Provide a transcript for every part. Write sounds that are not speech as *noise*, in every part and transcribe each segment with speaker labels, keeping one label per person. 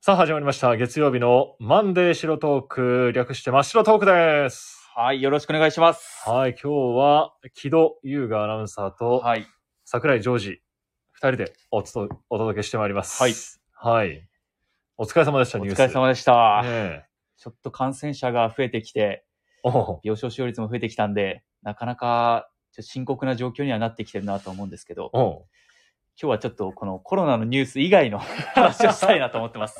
Speaker 1: さあ始まりました。月曜日のマンデー白トーク、略して真っ白トークです。
Speaker 2: はい、よろしくお願いします。
Speaker 1: はい、今日は木戸優雅アナウンサーと
Speaker 2: はい。
Speaker 1: 桜井ジョージ、二人でおつとお届けしてまいります。
Speaker 2: はい。
Speaker 1: はい。お疲れ様でした、
Speaker 2: お
Speaker 1: ニュー
Speaker 2: 疲
Speaker 1: ス。
Speaker 2: れ様でした、
Speaker 1: ねえ
Speaker 2: ちょっと感染者が増えてきて、
Speaker 1: おう
Speaker 2: 病床使用率も増えてきたんで、なかなかちょっと深刻な状況にはなってきてるなと思うんですけど、
Speaker 1: おう
Speaker 2: 今日はちょっとこのコロナのニュース以外の話をしたいなと思ってます。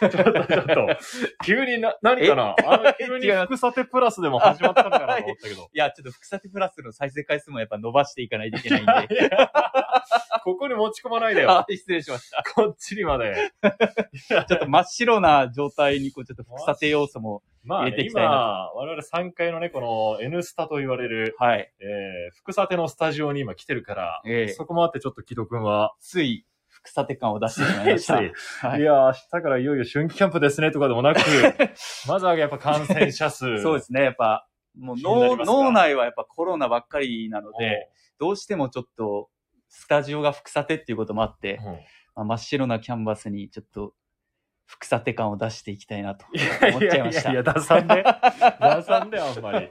Speaker 1: ちょっと、ちょっ
Speaker 2: *laughs*
Speaker 1: と、急にな、何かなあの、急に
Speaker 2: 違う
Speaker 1: 副査定プラスでも始まったのかなと思ったけど
Speaker 2: *laughs* 。いや、ちょっと副査定プラスの再生回数もやっぱ伸ばしていかないといけないんで。
Speaker 1: ここに持ち込まないでよ
Speaker 2: *laughs* あ。失礼しました。
Speaker 1: こっちにまで。
Speaker 2: ちょっと真っ白な状態に、こう、ちょっと副査定要素も、
Speaker 1: まあ、
Speaker 2: 入れていきたいな
Speaker 1: 今、我々3階のね、この N スタと言われる、
Speaker 2: はい。
Speaker 1: えー、福さてのスタジオに今来てるから、
Speaker 2: *laughs* ええ
Speaker 1: そこもあってちょっと木戸くんは、
Speaker 2: つい副査定感を出してしまいま *laughs* した。はい
Speaker 1: い、やー、明日からいよいよ春季キャンプですねとかでも
Speaker 2: *laughs*
Speaker 1: なく、まずはやっぱ感染者数。
Speaker 2: そうですね。やっぱ、もう
Speaker 1: 気になり
Speaker 2: 脳
Speaker 1: ますか
Speaker 2: 脳内はやっぱコロナばっかりなの *laughs* で、どうしてもちょっと、スタジオが副査定っていうこともあって、
Speaker 1: うん。
Speaker 2: まあ、真っ白なキャンバスにちょっと、副査定感を出していきたいなと。
Speaker 1: *laughs* いやい
Speaker 2: 思っちゃい
Speaker 1: や
Speaker 2: ま
Speaker 1: い
Speaker 2: した
Speaker 1: やいや、出さんで。出さんで、あんまり。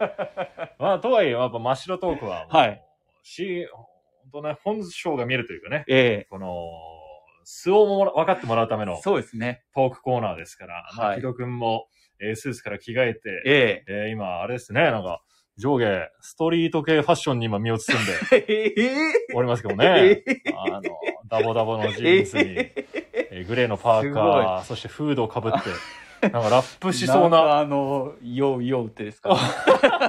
Speaker 1: まあ、とはいえ、やっぱ真っ白トークは、
Speaker 2: はい。
Speaker 1: し、本当ね、本性が見えるというかね、
Speaker 2: ええ
Speaker 1: この、素をもら分かってもらうための
Speaker 2: そうですね。
Speaker 1: トークコーナーですから、まあ
Speaker 2: はい
Speaker 1: 木戸くんも、えースーツから着替えて、
Speaker 2: え
Speaker 1: えー今、あれですね、なんか、上下、ストリート系ファッションに今身を包んで
Speaker 2: え。ええ
Speaker 1: おりますけどね
Speaker 2: *laughs* え。
Speaker 1: あの、ダボダボのジーンズに、えーグレーのパーカー、そしてフードをかぶって、なんかラップしそう
Speaker 2: ん
Speaker 1: な、
Speaker 2: かあの、ようようってですか、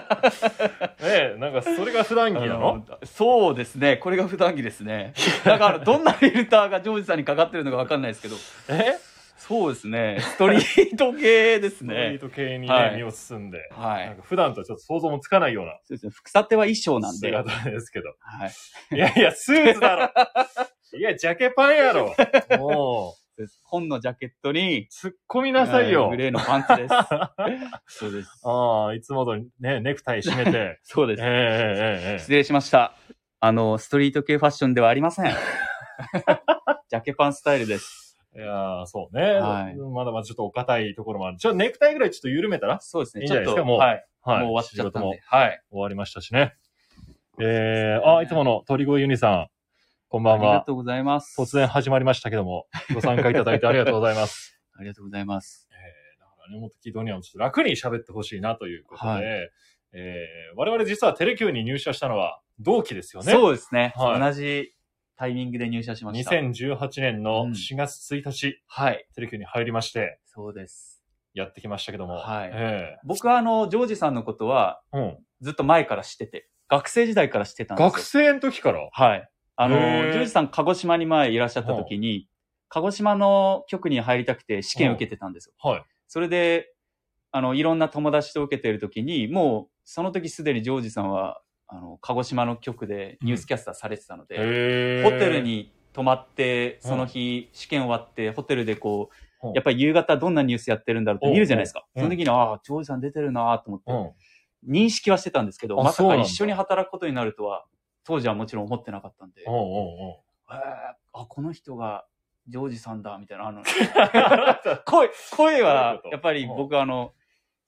Speaker 1: ねえなんかそれが普段着なの
Speaker 2: あのそうですね。これが普段着ですね。だから、どんなフィルターがジョージさんにかかってるのかわかんないですけど、
Speaker 1: え
Speaker 2: そうですね。ストリート系です
Speaker 1: ストリー
Speaker 2: *laughs* ね。
Speaker 1: ト系にね、
Speaker 2: はい
Speaker 1: 身を包んで、
Speaker 2: は
Speaker 1: なん
Speaker 2: い。
Speaker 1: か普段とはちょっと想像もつかないような
Speaker 2: そうですね。副査定は衣装なんで。はい。
Speaker 1: 姿ですけど。いやいや、スーツだろいや、ジャケパンや
Speaker 2: *laughs*
Speaker 1: ろもう、
Speaker 2: そうです本のジャケットに、
Speaker 1: 突っ込みなさい
Speaker 2: えー
Speaker 1: よ
Speaker 2: グレーのパンツ *laughs* です。そうです。。
Speaker 1: ああ、いつも通りね、ネクタイ締めて
Speaker 2: そうで
Speaker 1: ええ
Speaker 2: す。
Speaker 1: えええ
Speaker 2: 失礼しました。あの、ストリート系ファッションではありません。 *laughs* ジャケパンスタイルです。
Speaker 1: えいやーそうね、
Speaker 2: はい
Speaker 1: まだまだちょっとお硬いところもある。ちょっとネクタイぐらいちょっと緩めたら、
Speaker 2: そうですね。
Speaker 1: いいん
Speaker 2: ち
Speaker 1: じゃない
Speaker 2: ょっ
Speaker 1: です
Speaker 2: と、
Speaker 1: かもう
Speaker 2: はい。もう
Speaker 1: はい、
Speaker 2: 終わっちゃった
Speaker 1: 仕
Speaker 2: ん
Speaker 1: 事も
Speaker 2: で。はい。
Speaker 1: 終わりましたしね。え
Speaker 2: ね
Speaker 1: ー、あ、いつもの鳥越ユニさん、こんば
Speaker 2: あ
Speaker 1: ん
Speaker 2: りが
Speaker 1: は。
Speaker 2: とうございます。
Speaker 1: 突然。始まりましたけども、ご参加いただいてありがとうございます。 *laughs*
Speaker 2: ありがとうございます。
Speaker 1: だからね、もっと軌道にはちょっと楽に喋ってほしいなということで、
Speaker 2: はい
Speaker 1: えー、我々実はテレキューに入社したのは同期ですよね。
Speaker 2: そうですね。
Speaker 1: はい
Speaker 2: 同じタイミングで入社しました。
Speaker 1: 2018年の
Speaker 2: うん
Speaker 1: 4月1日、
Speaker 2: はい。
Speaker 1: テレキューに入りまして、
Speaker 2: そうです。
Speaker 1: やってきましたけども。
Speaker 2: はい
Speaker 1: え
Speaker 2: 僕はあの、ジョージさんのことは、
Speaker 1: えうん。
Speaker 2: ずっと前から知ってて、学生時代から知ってたんですよ。
Speaker 1: 学生の時から
Speaker 2: はい。あの、
Speaker 1: へ
Speaker 2: ジ
Speaker 1: ー
Speaker 2: ョージさん、鹿児島に前いらっしゃった時に、鹿児島の局に入りたくて試験を受けてたんですよ。
Speaker 1: はい。
Speaker 2: それで、あの、いろんな友達と受けてる時に、もう、その時すでにジョージさんは、あの、鹿児島の局でニュースキャスターされてたので、
Speaker 1: へ
Speaker 2: ホテル。に泊まって、その日、試験終わって、ホテルでこう、
Speaker 1: うん
Speaker 2: やっぱり夕方どんなニュースやってるんだろうって見るじゃないですか。
Speaker 1: うん
Speaker 2: その時に、ああ、ジョージさん出てるなと思って、
Speaker 1: うん。
Speaker 2: 認識はしてたんですけど、
Speaker 1: あ
Speaker 2: まさ
Speaker 1: そうな
Speaker 2: か
Speaker 1: んだ
Speaker 2: 一緒に働くことになるとは、当時はもちろん思ってなかったんで、
Speaker 1: おうおうおう
Speaker 2: えーあ、この人がジョージさんだ、みたいな。あの *laughs* 声、声
Speaker 1: そういう
Speaker 2: は
Speaker 1: こと、
Speaker 2: やっぱり僕あの、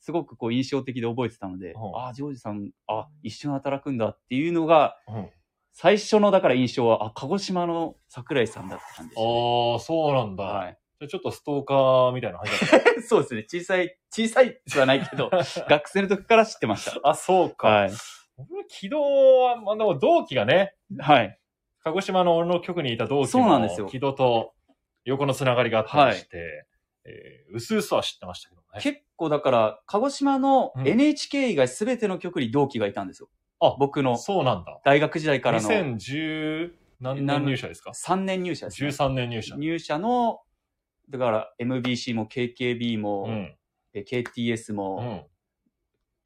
Speaker 2: すごくこう印象的で覚えてたので
Speaker 1: う、ん
Speaker 2: あ、ジョージさん、あ、一緒に働くんだっていうのが、 *laughs*
Speaker 1: うん
Speaker 2: 最初のだから印象は、あ、鹿児島の桜井さんだった感じでした、ね。
Speaker 1: ああ、そうなんだ。
Speaker 2: はい、
Speaker 1: じゃあちょっとストーカーみたいな感じだっ。
Speaker 2: *laughs* そうですね。小さい、小さいじゃない *laughs* けど、学生の時から知ってました
Speaker 1: あ、そう
Speaker 2: た。
Speaker 1: か。
Speaker 2: はい。
Speaker 1: 僕は軌道は、まあ、でも同期がね、
Speaker 2: はい。
Speaker 1: 鹿児島の俺の局にいた同期も、
Speaker 2: そうなんですよ
Speaker 1: 軌道と横のつながりがあったりして、えー、うすうすは知ってましたけどね。
Speaker 2: 結構だから、鹿児島の
Speaker 1: うん
Speaker 2: NHK 以外全ての局に同期がいたんですよ。
Speaker 1: あ
Speaker 2: 僕の
Speaker 1: そうなんだ。
Speaker 2: 大学時代からの
Speaker 1: 2010何年入社ですか
Speaker 2: 3年入社です、ね。
Speaker 1: ?13 年入社。
Speaker 2: 入社の、だから MBC も KKB も、
Speaker 1: うん。
Speaker 2: え KTS
Speaker 1: う
Speaker 2: も、
Speaker 1: ん。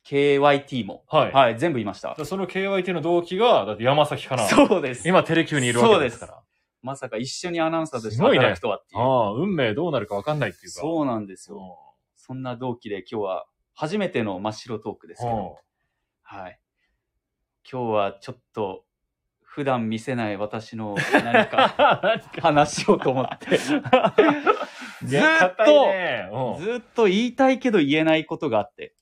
Speaker 2: KYT も、
Speaker 1: はい。
Speaker 2: はい、全部いました
Speaker 1: だか。らその KYT の同期が、だって山崎かな。
Speaker 2: そうです。
Speaker 1: 今テレキューにいるわけですから。
Speaker 2: まさか一緒にアナウンサーとして
Speaker 1: すごいね
Speaker 2: 働くとはっていう。
Speaker 1: ああ、運命どうなるかわかんないっていうか。
Speaker 2: そうなんですよ。
Speaker 1: そ
Speaker 2: そんな同期で今日は初めての真っ白トークですけど、はい。今日はちょっと普
Speaker 1: *laughs*
Speaker 2: 段見せない私の何か話をと思って、
Speaker 1: い
Speaker 2: ず
Speaker 1: や
Speaker 2: ーっ
Speaker 1: 硬いねうん
Speaker 2: と、ずーっと言いたいけど言えないことがあって、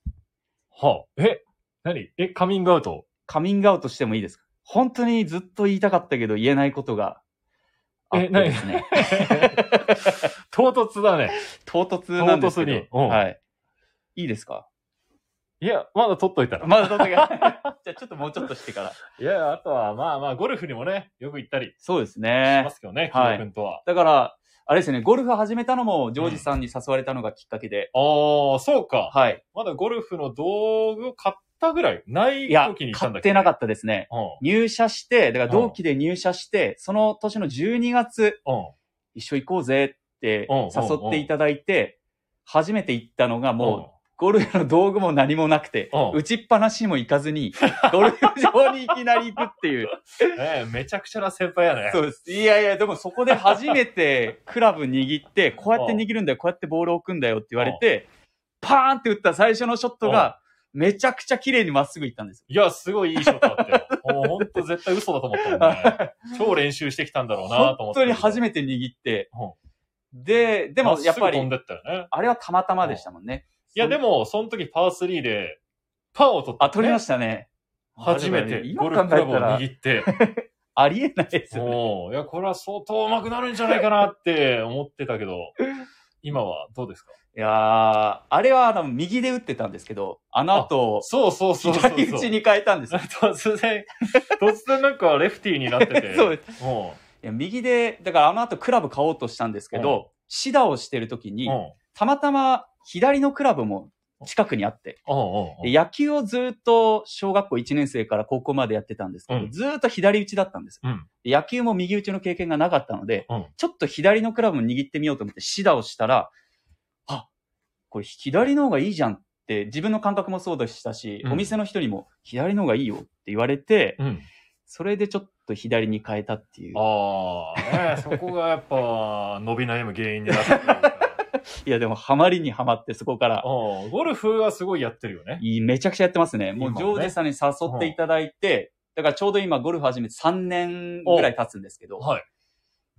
Speaker 1: はあ、え、何え、カミングアウト *laughs*
Speaker 2: カミングアウトしてもいいですか本当にずっと言いたかったけど言えないことがあって
Speaker 1: えない
Speaker 2: ですね。
Speaker 1: 唐突だね。
Speaker 2: *laughs* 唐突なんですけ
Speaker 1: 唐突に
Speaker 2: ど、
Speaker 1: うん
Speaker 2: はい。いいですか
Speaker 1: いや、まだ取っといたら。
Speaker 2: まだどうぞ *laughs* じゃあちょっともうちょっとしてから。
Speaker 1: いや、あとは、まあまあ、ゴルフにもね、よく行ったりし
Speaker 2: そうです
Speaker 1: ま
Speaker 2: ね。
Speaker 1: すけどね、木
Speaker 2: はい
Speaker 1: 戸君とは。
Speaker 2: だから、あれですよね、ゴルフ始めたのもジョージさんに誘われたのがきっかけで、
Speaker 1: ああ、そうか。
Speaker 2: はい。
Speaker 1: まだゴルフの道具を買ったぐらい、ない
Speaker 2: いや
Speaker 1: 時に、行ったん
Speaker 2: 買
Speaker 1: だけ
Speaker 2: って
Speaker 1: ど、
Speaker 2: なか
Speaker 1: っ
Speaker 2: ったですね。
Speaker 1: た。う
Speaker 2: 入社して、だから同期で入社して、その年の12月、
Speaker 1: ん。うん。
Speaker 2: 一緒行こうぜって
Speaker 1: うん
Speaker 2: 誘っていただいて、初めて行ったのがもう、
Speaker 1: うん
Speaker 2: ゴルフの道具も何もなくて
Speaker 1: うん、
Speaker 2: 打ちっぱなしにも行かず
Speaker 1: *laughs*
Speaker 2: に、ゴルフ場にいきなり行くっていう。
Speaker 1: ねえ、めちゃくちゃな先輩やね。
Speaker 2: そうです。いやいや、でもそこで初めて *laughs* クラブ握って、こうやって握るんだよ、こうやってボールを置くんだよって言われて、パーンって打った最初のショットが、めちゃくちゃ綺麗にまっすぐ行ったんですよ。
Speaker 1: いや、すごいいいショットだったよ。もうほんと絶対嘘だと思ったもんね。超練習してきたんだろうなと思
Speaker 2: 本
Speaker 1: って。
Speaker 2: 当に初
Speaker 1: め
Speaker 2: めて握って
Speaker 1: うん、
Speaker 2: で、でもやっぱ
Speaker 1: 飛ん
Speaker 2: り、
Speaker 1: でったよね。
Speaker 2: あれはたまたまでしたもんね。
Speaker 1: いや、でも、その時パー3で、パーを取った、
Speaker 2: あ、取りましたね。
Speaker 1: 初めて
Speaker 2: 今
Speaker 1: ゴル
Speaker 2: 考
Speaker 1: フク
Speaker 2: えた
Speaker 1: ラブを
Speaker 2: ら、
Speaker 1: 握って、
Speaker 2: ありえないですよね。
Speaker 1: もう、いや、これは相当上手くなるんじゃないかなって思ってたけど、今はどうですか
Speaker 2: いやー、あれはあの右で打ってたんですけど、あの後、
Speaker 1: そうそうそうそう
Speaker 2: 左
Speaker 1: そ
Speaker 2: 打
Speaker 1: う
Speaker 2: ち。に変えたんですよ。
Speaker 1: 突然、突然なんかレフティーになってて。
Speaker 2: *laughs* そうで
Speaker 1: も
Speaker 2: いや右で、だからあの後クラブ買おうとしたんですけど、
Speaker 1: うん
Speaker 2: シダをしてる時
Speaker 1: う
Speaker 2: に、
Speaker 1: ん。うん。
Speaker 2: たまたま左のクラブも近くにあって、
Speaker 1: うん。うん
Speaker 2: で野球をずっと小学校1年生から高校までやってたんですけど、
Speaker 1: うん
Speaker 2: ずっと左打ちだったんですよ、
Speaker 1: うん
Speaker 2: で野球も右打ちの経験がなかったので、
Speaker 1: うん
Speaker 2: ちょっと左のクラブも握ってみようと思ってシダをしたら、あ、これ左の方がいいじゃんって自分の感覚もそうでしたし、
Speaker 1: うん
Speaker 2: お店の人にも左の方がいいよって言われて、
Speaker 1: うん。
Speaker 2: それでちょっと左に変えたっていう。
Speaker 1: ああ、 *laughs* ね、そこがやっぱ伸び悩む原因になってるというか。
Speaker 2: いやでもハマりにはまってそこから、
Speaker 1: *laughs* うんゴルフはすごいやってるよね。
Speaker 2: いいめちゃくちゃやってますね。もうジ
Speaker 1: 今
Speaker 2: ョ
Speaker 1: はね
Speaker 2: ージさんに誘っていただいて、だからちょうど今ゴルフ始めて3年ぐらい経つんですけど、
Speaker 1: はい。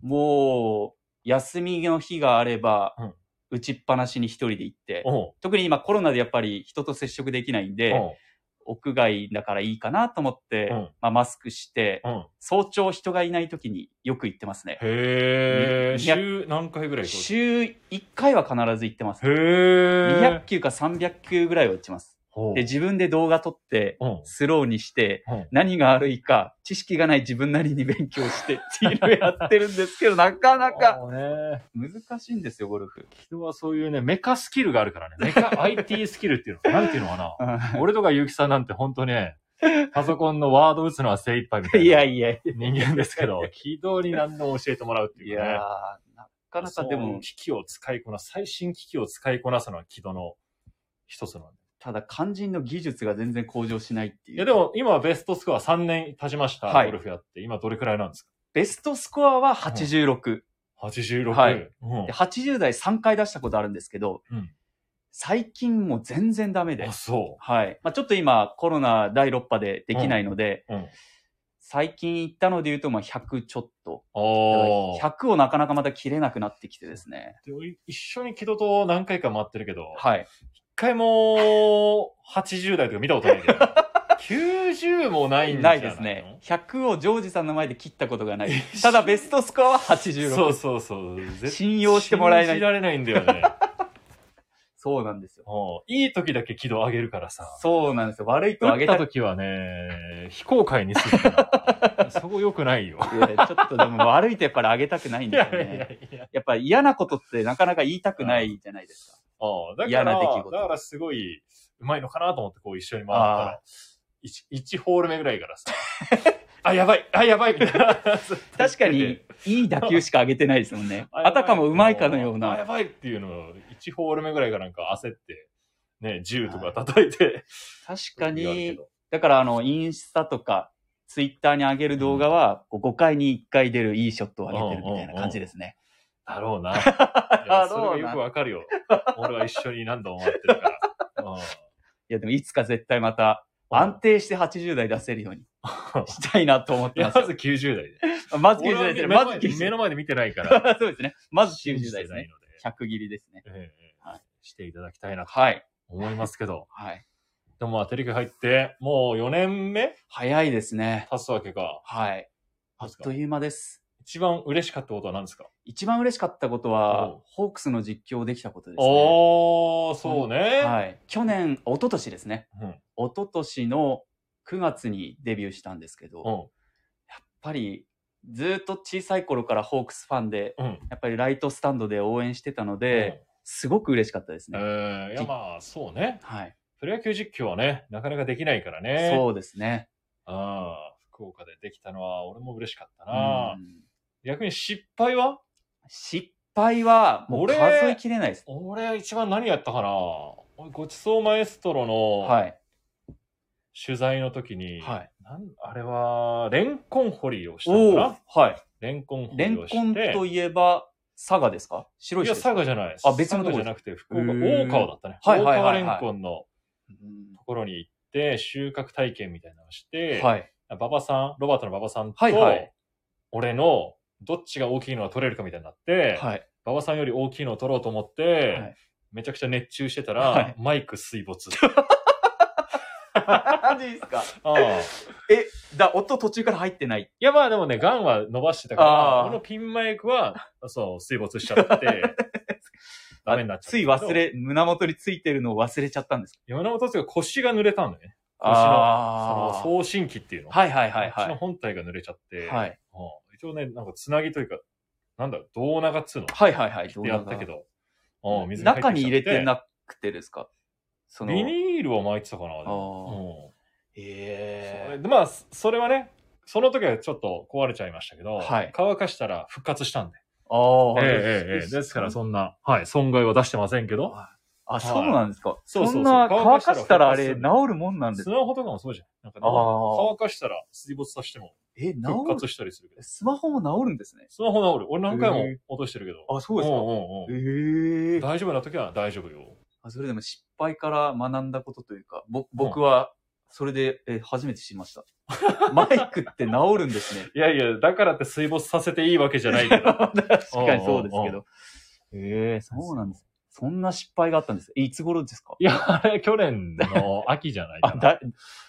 Speaker 2: もう休みの日があれば、
Speaker 1: うん
Speaker 2: 打ちっぱなしに一人で行って、
Speaker 1: うん。
Speaker 2: 特に今コロナでやっぱり人と接触できないん
Speaker 1: う
Speaker 2: で、
Speaker 1: ん。
Speaker 2: 屋外だからいいかなと思って、
Speaker 1: うん
Speaker 2: まあ、マスクして、
Speaker 1: うん。
Speaker 2: 早朝人がいない時によく行ってますね。
Speaker 1: へえ。
Speaker 2: いや
Speaker 1: 週何回ぐらい行く
Speaker 2: 週1回は必ず行ってます。
Speaker 1: へえ
Speaker 2: 200。球か300球ぐらいは打ちます。
Speaker 1: ほう
Speaker 2: で、自分で動画撮って、
Speaker 1: うん。
Speaker 2: スローにして、
Speaker 1: うん
Speaker 2: 何が悪いか、知識がない自分なりに勉強して
Speaker 1: *laughs*
Speaker 2: っていうのをやってるんですけど、なかなか
Speaker 1: そうね。
Speaker 2: 難しいんですよ、ゴルフ。
Speaker 1: 人はそういうね、メカスキルがあるからね。メカ IT スキルっていうのなんていうのかな。俺とか結城さんなんて本当ね、パソコンのワード打つのは精一杯 *laughs* みたいない
Speaker 2: やいやい
Speaker 1: 人間ですけど、軌道に何でも教えてもらうって
Speaker 2: や、
Speaker 1: い
Speaker 2: いうや
Speaker 1: ね。
Speaker 2: ーなかなかで
Speaker 1: そう
Speaker 2: も、
Speaker 1: 機器を使いこな、最新機器を使いこなすのは軌道の一つなんだ
Speaker 2: ただ肝心の技術が全然向上しないっていう。
Speaker 1: いや、でも今はベストスコア3年経ちました。
Speaker 2: はい
Speaker 1: ゴルフやって。今どれくらいなんですか
Speaker 2: ベストスコアは86。
Speaker 1: ?86。
Speaker 2: はい
Speaker 1: うん
Speaker 2: で、80代3回出したことあるんですけど、
Speaker 1: うん
Speaker 2: 最近もう全然ダメで
Speaker 1: あ、。そ
Speaker 2: はい。まあ、ちょっと今、コロナ第6波でできないので、
Speaker 1: う。うん。
Speaker 2: 最近行ったので言うと、まあ、100ちょっと。
Speaker 1: おー。
Speaker 2: 100をなかなかまた切れなくなってきてですね。
Speaker 1: で一緒に木戸と何回か回ってるけど、一
Speaker 2: はい。
Speaker 1: 回も80代とか見たことないけど、90もないんじゃ
Speaker 2: な
Speaker 1: ない
Speaker 2: い
Speaker 1: の
Speaker 2: ですね。100をジョージさんの前で切ったことがない。ただベストスコアは86。
Speaker 1: そうそうそう。絶
Speaker 2: 信用してもらえ
Speaker 1: 信
Speaker 2: な
Speaker 1: じ
Speaker 2: い。
Speaker 1: られないんだよね。 *laughs*
Speaker 2: そうなんですよ。
Speaker 1: うんいい時だけ軌道上げるからさ。
Speaker 2: そうなんですよ。悪いとあ
Speaker 1: 打っ
Speaker 2: げ
Speaker 1: た
Speaker 2: たく
Speaker 1: 時はね、非公開にする
Speaker 2: *laughs*
Speaker 1: から。そこ良くないよ。
Speaker 2: て、ちょっとでも悪いとやっぱりあげたくないん
Speaker 1: い
Speaker 2: で
Speaker 1: や
Speaker 2: すよ
Speaker 1: いやいや
Speaker 2: ね。
Speaker 1: いや。
Speaker 2: やっぱり嫌なことってなかなか言いたくないじゃないですか。
Speaker 1: ああ、だか
Speaker 2: 嫌
Speaker 1: ら、
Speaker 2: な出来
Speaker 1: だ
Speaker 2: 事
Speaker 1: からすごい、うまいのかなと思って、こう一緒に回ったら、1, 一ホール目ぐらい
Speaker 2: *laughs*
Speaker 1: からさ、あ、やばい、あ、やばい、みたいな。。
Speaker 2: 確かに、いい打球しか上げてないですもんね
Speaker 1: *laughs*
Speaker 2: あたかもうまいかのよう
Speaker 1: あ、や
Speaker 2: な。
Speaker 1: ばいっていうのを、1ホール目ぐらいからなんか焦って、ね、銃とか叩いて、
Speaker 2: 確か
Speaker 1: やるけ
Speaker 2: に、
Speaker 1: ど
Speaker 2: だからあの、インスタとか、ツイッターに上げる動画は、こう5回に1回出るいいショットを上げてるみたいな感じですね。
Speaker 1: だろうな。いや
Speaker 2: *laughs* だ
Speaker 1: そ
Speaker 2: ろうな
Speaker 1: れがよくわかるよ。俺は一緒に何度も回ってるから。
Speaker 2: *laughs*
Speaker 1: うん
Speaker 2: いや、でもいつか絶対また安定して80代出せるよ
Speaker 1: *laughs*
Speaker 2: うにしたいなと思っ
Speaker 1: い
Speaker 2: て
Speaker 1: や
Speaker 2: ます
Speaker 1: ま
Speaker 2: よ
Speaker 1: ず。90代で。
Speaker 2: まず90代ですね。まず
Speaker 1: 目
Speaker 2: 90 *laughs*
Speaker 1: の前で見てないから。
Speaker 2: 代。そうですね。まず90代ですね。
Speaker 1: ので。
Speaker 2: 100切りですね。
Speaker 1: ええええ
Speaker 2: はい
Speaker 1: していただきたいなと
Speaker 2: はい。
Speaker 1: 思いますけど。
Speaker 2: はい。
Speaker 1: でもまあ、テレビ入って、もう4年目
Speaker 2: 早いですね。
Speaker 1: 経つわけか。
Speaker 2: はい。
Speaker 1: どうで
Speaker 2: あっ
Speaker 1: すか
Speaker 2: という間です。
Speaker 1: 一番嬉しかったことは何ですか
Speaker 2: 一番嬉しかったこと
Speaker 1: お
Speaker 2: は
Speaker 1: う、
Speaker 2: ホークスの実況できたことですね。
Speaker 1: おー、そうね。
Speaker 2: はい。去年、一昨年ですね。
Speaker 1: うん
Speaker 2: 一昨年の9月にデビューしたんですけど、
Speaker 1: う
Speaker 2: やっ
Speaker 1: ん。
Speaker 2: ぱり、ずっと小さい頃からホークスファンで、
Speaker 1: うん。
Speaker 2: やっぱりライトスタンドで応援してたので、すごく嬉しかったです
Speaker 1: うん
Speaker 2: ね。
Speaker 1: えー、いやまあ、そうね。
Speaker 2: はい。
Speaker 1: プロ野球実況はね、なかなかできないからね。う。
Speaker 2: そうですね。
Speaker 1: ああ、福岡でできたのは俺も嬉しかったな。
Speaker 2: うん
Speaker 1: 逆に失敗は
Speaker 2: 失敗は、もう
Speaker 1: 俺
Speaker 2: 数えきれないです。
Speaker 1: 俺一番何やったかな俺ごちそうマエストロ
Speaker 2: は
Speaker 1: の
Speaker 2: い。
Speaker 1: 取材の時に、
Speaker 2: はい
Speaker 1: なんあれは、レンコン掘りをした
Speaker 2: お
Speaker 1: の
Speaker 2: お
Speaker 1: か
Speaker 2: ー
Speaker 1: な
Speaker 2: はい。
Speaker 1: レンコン掘
Speaker 2: レ
Speaker 1: り
Speaker 2: ン
Speaker 1: を
Speaker 2: コ
Speaker 1: し
Speaker 2: ン
Speaker 1: て。
Speaker 2: といえば、佐賀ですか白
Speaker 1: い
Speaker 2: 石
Speaker 1: や、
Speaker 2: ですか
Speaker 1: 佐賀じゃない。
Speaker 2: あ別の
Speaker 1: 佐賀
Speaker 2: とこで
Speaker 1: じゃなくて、福
Speaker 2: へ
Speaker 1: 岡、
Speaker 2: ー
Speaker 1: 大川だったね。
Speaker 2: はいはいはいは
Speaker 1: 大
Speaker 2: い
Speaker 1: 川レンコンのところに行って、収穫体験みたいなのをして、
Speaker 2: はい。
Speaker 1: 馬場さん、ロバートの馬場さんと、
Speaker 2: はいはい
Speaker 1: 俺の、どっちが大きいのが取れるかみたいになって、
Speaker 2: はい。
Speaker 1: 馬場さんより大きいのを取ろうと思って、
Speaker 2: はい
Speaker 1: めちゃくちゃ熱中してたら、
Speaker 2: はい
Speaker 1: マイク水没。
Speaker 2: マジですか
Speaker 1: ああい
Speaker 2: え、だ、音途中から入ってない。
Speaker 1: や、まあでもね、ガンは伸ばしてたか
Speaker 2: あ
Speaker 1: ら、
Speaker 2: あ
Speaker 1: このピンマイクは、 *laughs* そう、水没し
Speaker 2: *laughs*
Speaker 1: ちゃって、ダメになっちゃった。
Speaker 2: つい忘。れ、胸元についてるのを忘れちゃったんです
Speaker 1: 山本哲が腰が濡れたんだよね。腰の
Speaker 2: あ
Speaker 1: そ
Speaker 2: ー
Speaker 1: の送信機っていうの。
Speaker 2: はいはいはい
Speaker 1: あっちの
Speaker 2: は
Speaker 1: 本体が濡れちゃって、
Speaker 2: い。はい。
Speaker 1: うん一応ね、なんかつなぎというか、なんだろう、胴長っつうの。
Speaker 2: はいはいはい。
Speaker 1: でやったけど、
Speaker 2: 動画が
Speaker 1: うん
Speaker 2: 中に入れ
Speaker 1: きちゃ
Speaker 2: て
Speaker 1: っ
Speaker 2: なくてですかその。
Speaker 1: ビニールを巻いてたかな、で
Speaker 2: あー
Speaker 1: もうんそれ
Speaker 2: え
Speaker 1: でまあ、そそれはね、その時はちょっと壊れちゃいましたけど、
Speaker 2: はい
Speaker 1: 乾かしたら復活したんで。
Speaker 2: ー。ああ。
Speaker 1: ええええええですからそんな、はい、損害は出してませんけど、
Speaker 2: あ、そうなんですか。
Speaker 1: そうそうそ
Speaker 2: そ
Speaker 1: うん
Speaker 2: な、乾
Speaker 1: 乾
Speaker 2: か
Speaker 1: か
Speaker 2: し
Speaker 1: したた
Speaker 2: ら
Speaker 1: ら
Speaker 2: あれ、治るもんなんです
Speaker 1: ス
Speaker 2: か
Speaker 1: マホとかもそうじゃん。なんかね
Speaker 2: あー
Speaker 1: 乾かしたら水没させても
Speaker 2: え、治
Speaker 1: 復
Speaker 2: る
Speaker 1: 活したりするけど。
Speaker 2: スマホも治るんですね。
Speaker 1: スマホ治る。俺何回も落としてるけど。
Speaker 2: あ、そうですか。
Speaker 1: うんうんうん
Speaker 2: ええ
Speaker 1: 大丈夫な時は大丈夫よ。
Speaker 2: あそれでも失敗から学んだことというか、ぼ僕は、それで、え初めて知りま *laughs* した。マイクって治るんですね。
Speaker 1: いやいや、だからって水没させていいわけじゃない *laughs* けど。
Speaker 2: 確かにそうですけど。ええそうなんです。そんな失敗があったんです。いつ頃ですか
Speaker 1: いや、あれ、去年の秋じゃないか
Speaker 2: あ、
Speaker 1: な。
Speaker 2: だ、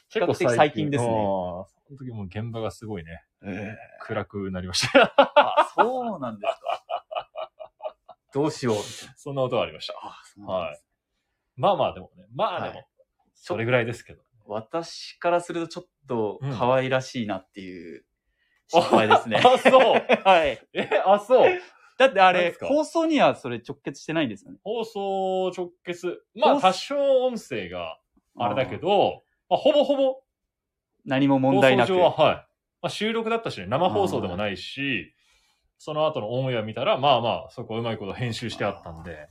Speaker 2: 比較的最近ですね
Speaker 1: あーその時もう現場がすごいね、
Speaker 2: ええ
Speaker 1: 暗くなりま *laughs* した。
Speaker 2: あ、そうなんですか。どうしよう。
Speaker 1: そんなことはありました。
Speaker 2: あ、そうなんです。
Speaker 1: まあまあでもね、まあで
Speaker 2: は
Speaker 1: も、それぐらいですけど。
Speaker 2: 私からするとちょっと
Speaker 1: うん
Speaker 2: 可愛らしいなっていう失敗ですね。
Speaker 1: あ、そう。
Speaker 2: *laughs* はい。
Speaker 1: え、あ、そう。
Speaker 2: だってあ
Speaker 1: 何で
Speaker 2: れ
Speaker 1: す、か
Speaker 2: 放送にはそれ直結してないんですよね。
Speaker 1: 放送直結。ま
Speaker 2: 放
Speaker 1: あ、
Speaker 2: 送
Speaker 1: 多少音声があれだけど、まあ、ほぼほぼ
Speaker 2: 何も問
Speaker 1: 放
Speaker 2: 題
Speaker 1: 送
Speaker 2: なく。
Speaker 1: 上は、はい。まあ、収録だったしね、生放送でもないし、その後のオンエア見たら、まあまあ、そこはうまいこと編集してあったんで。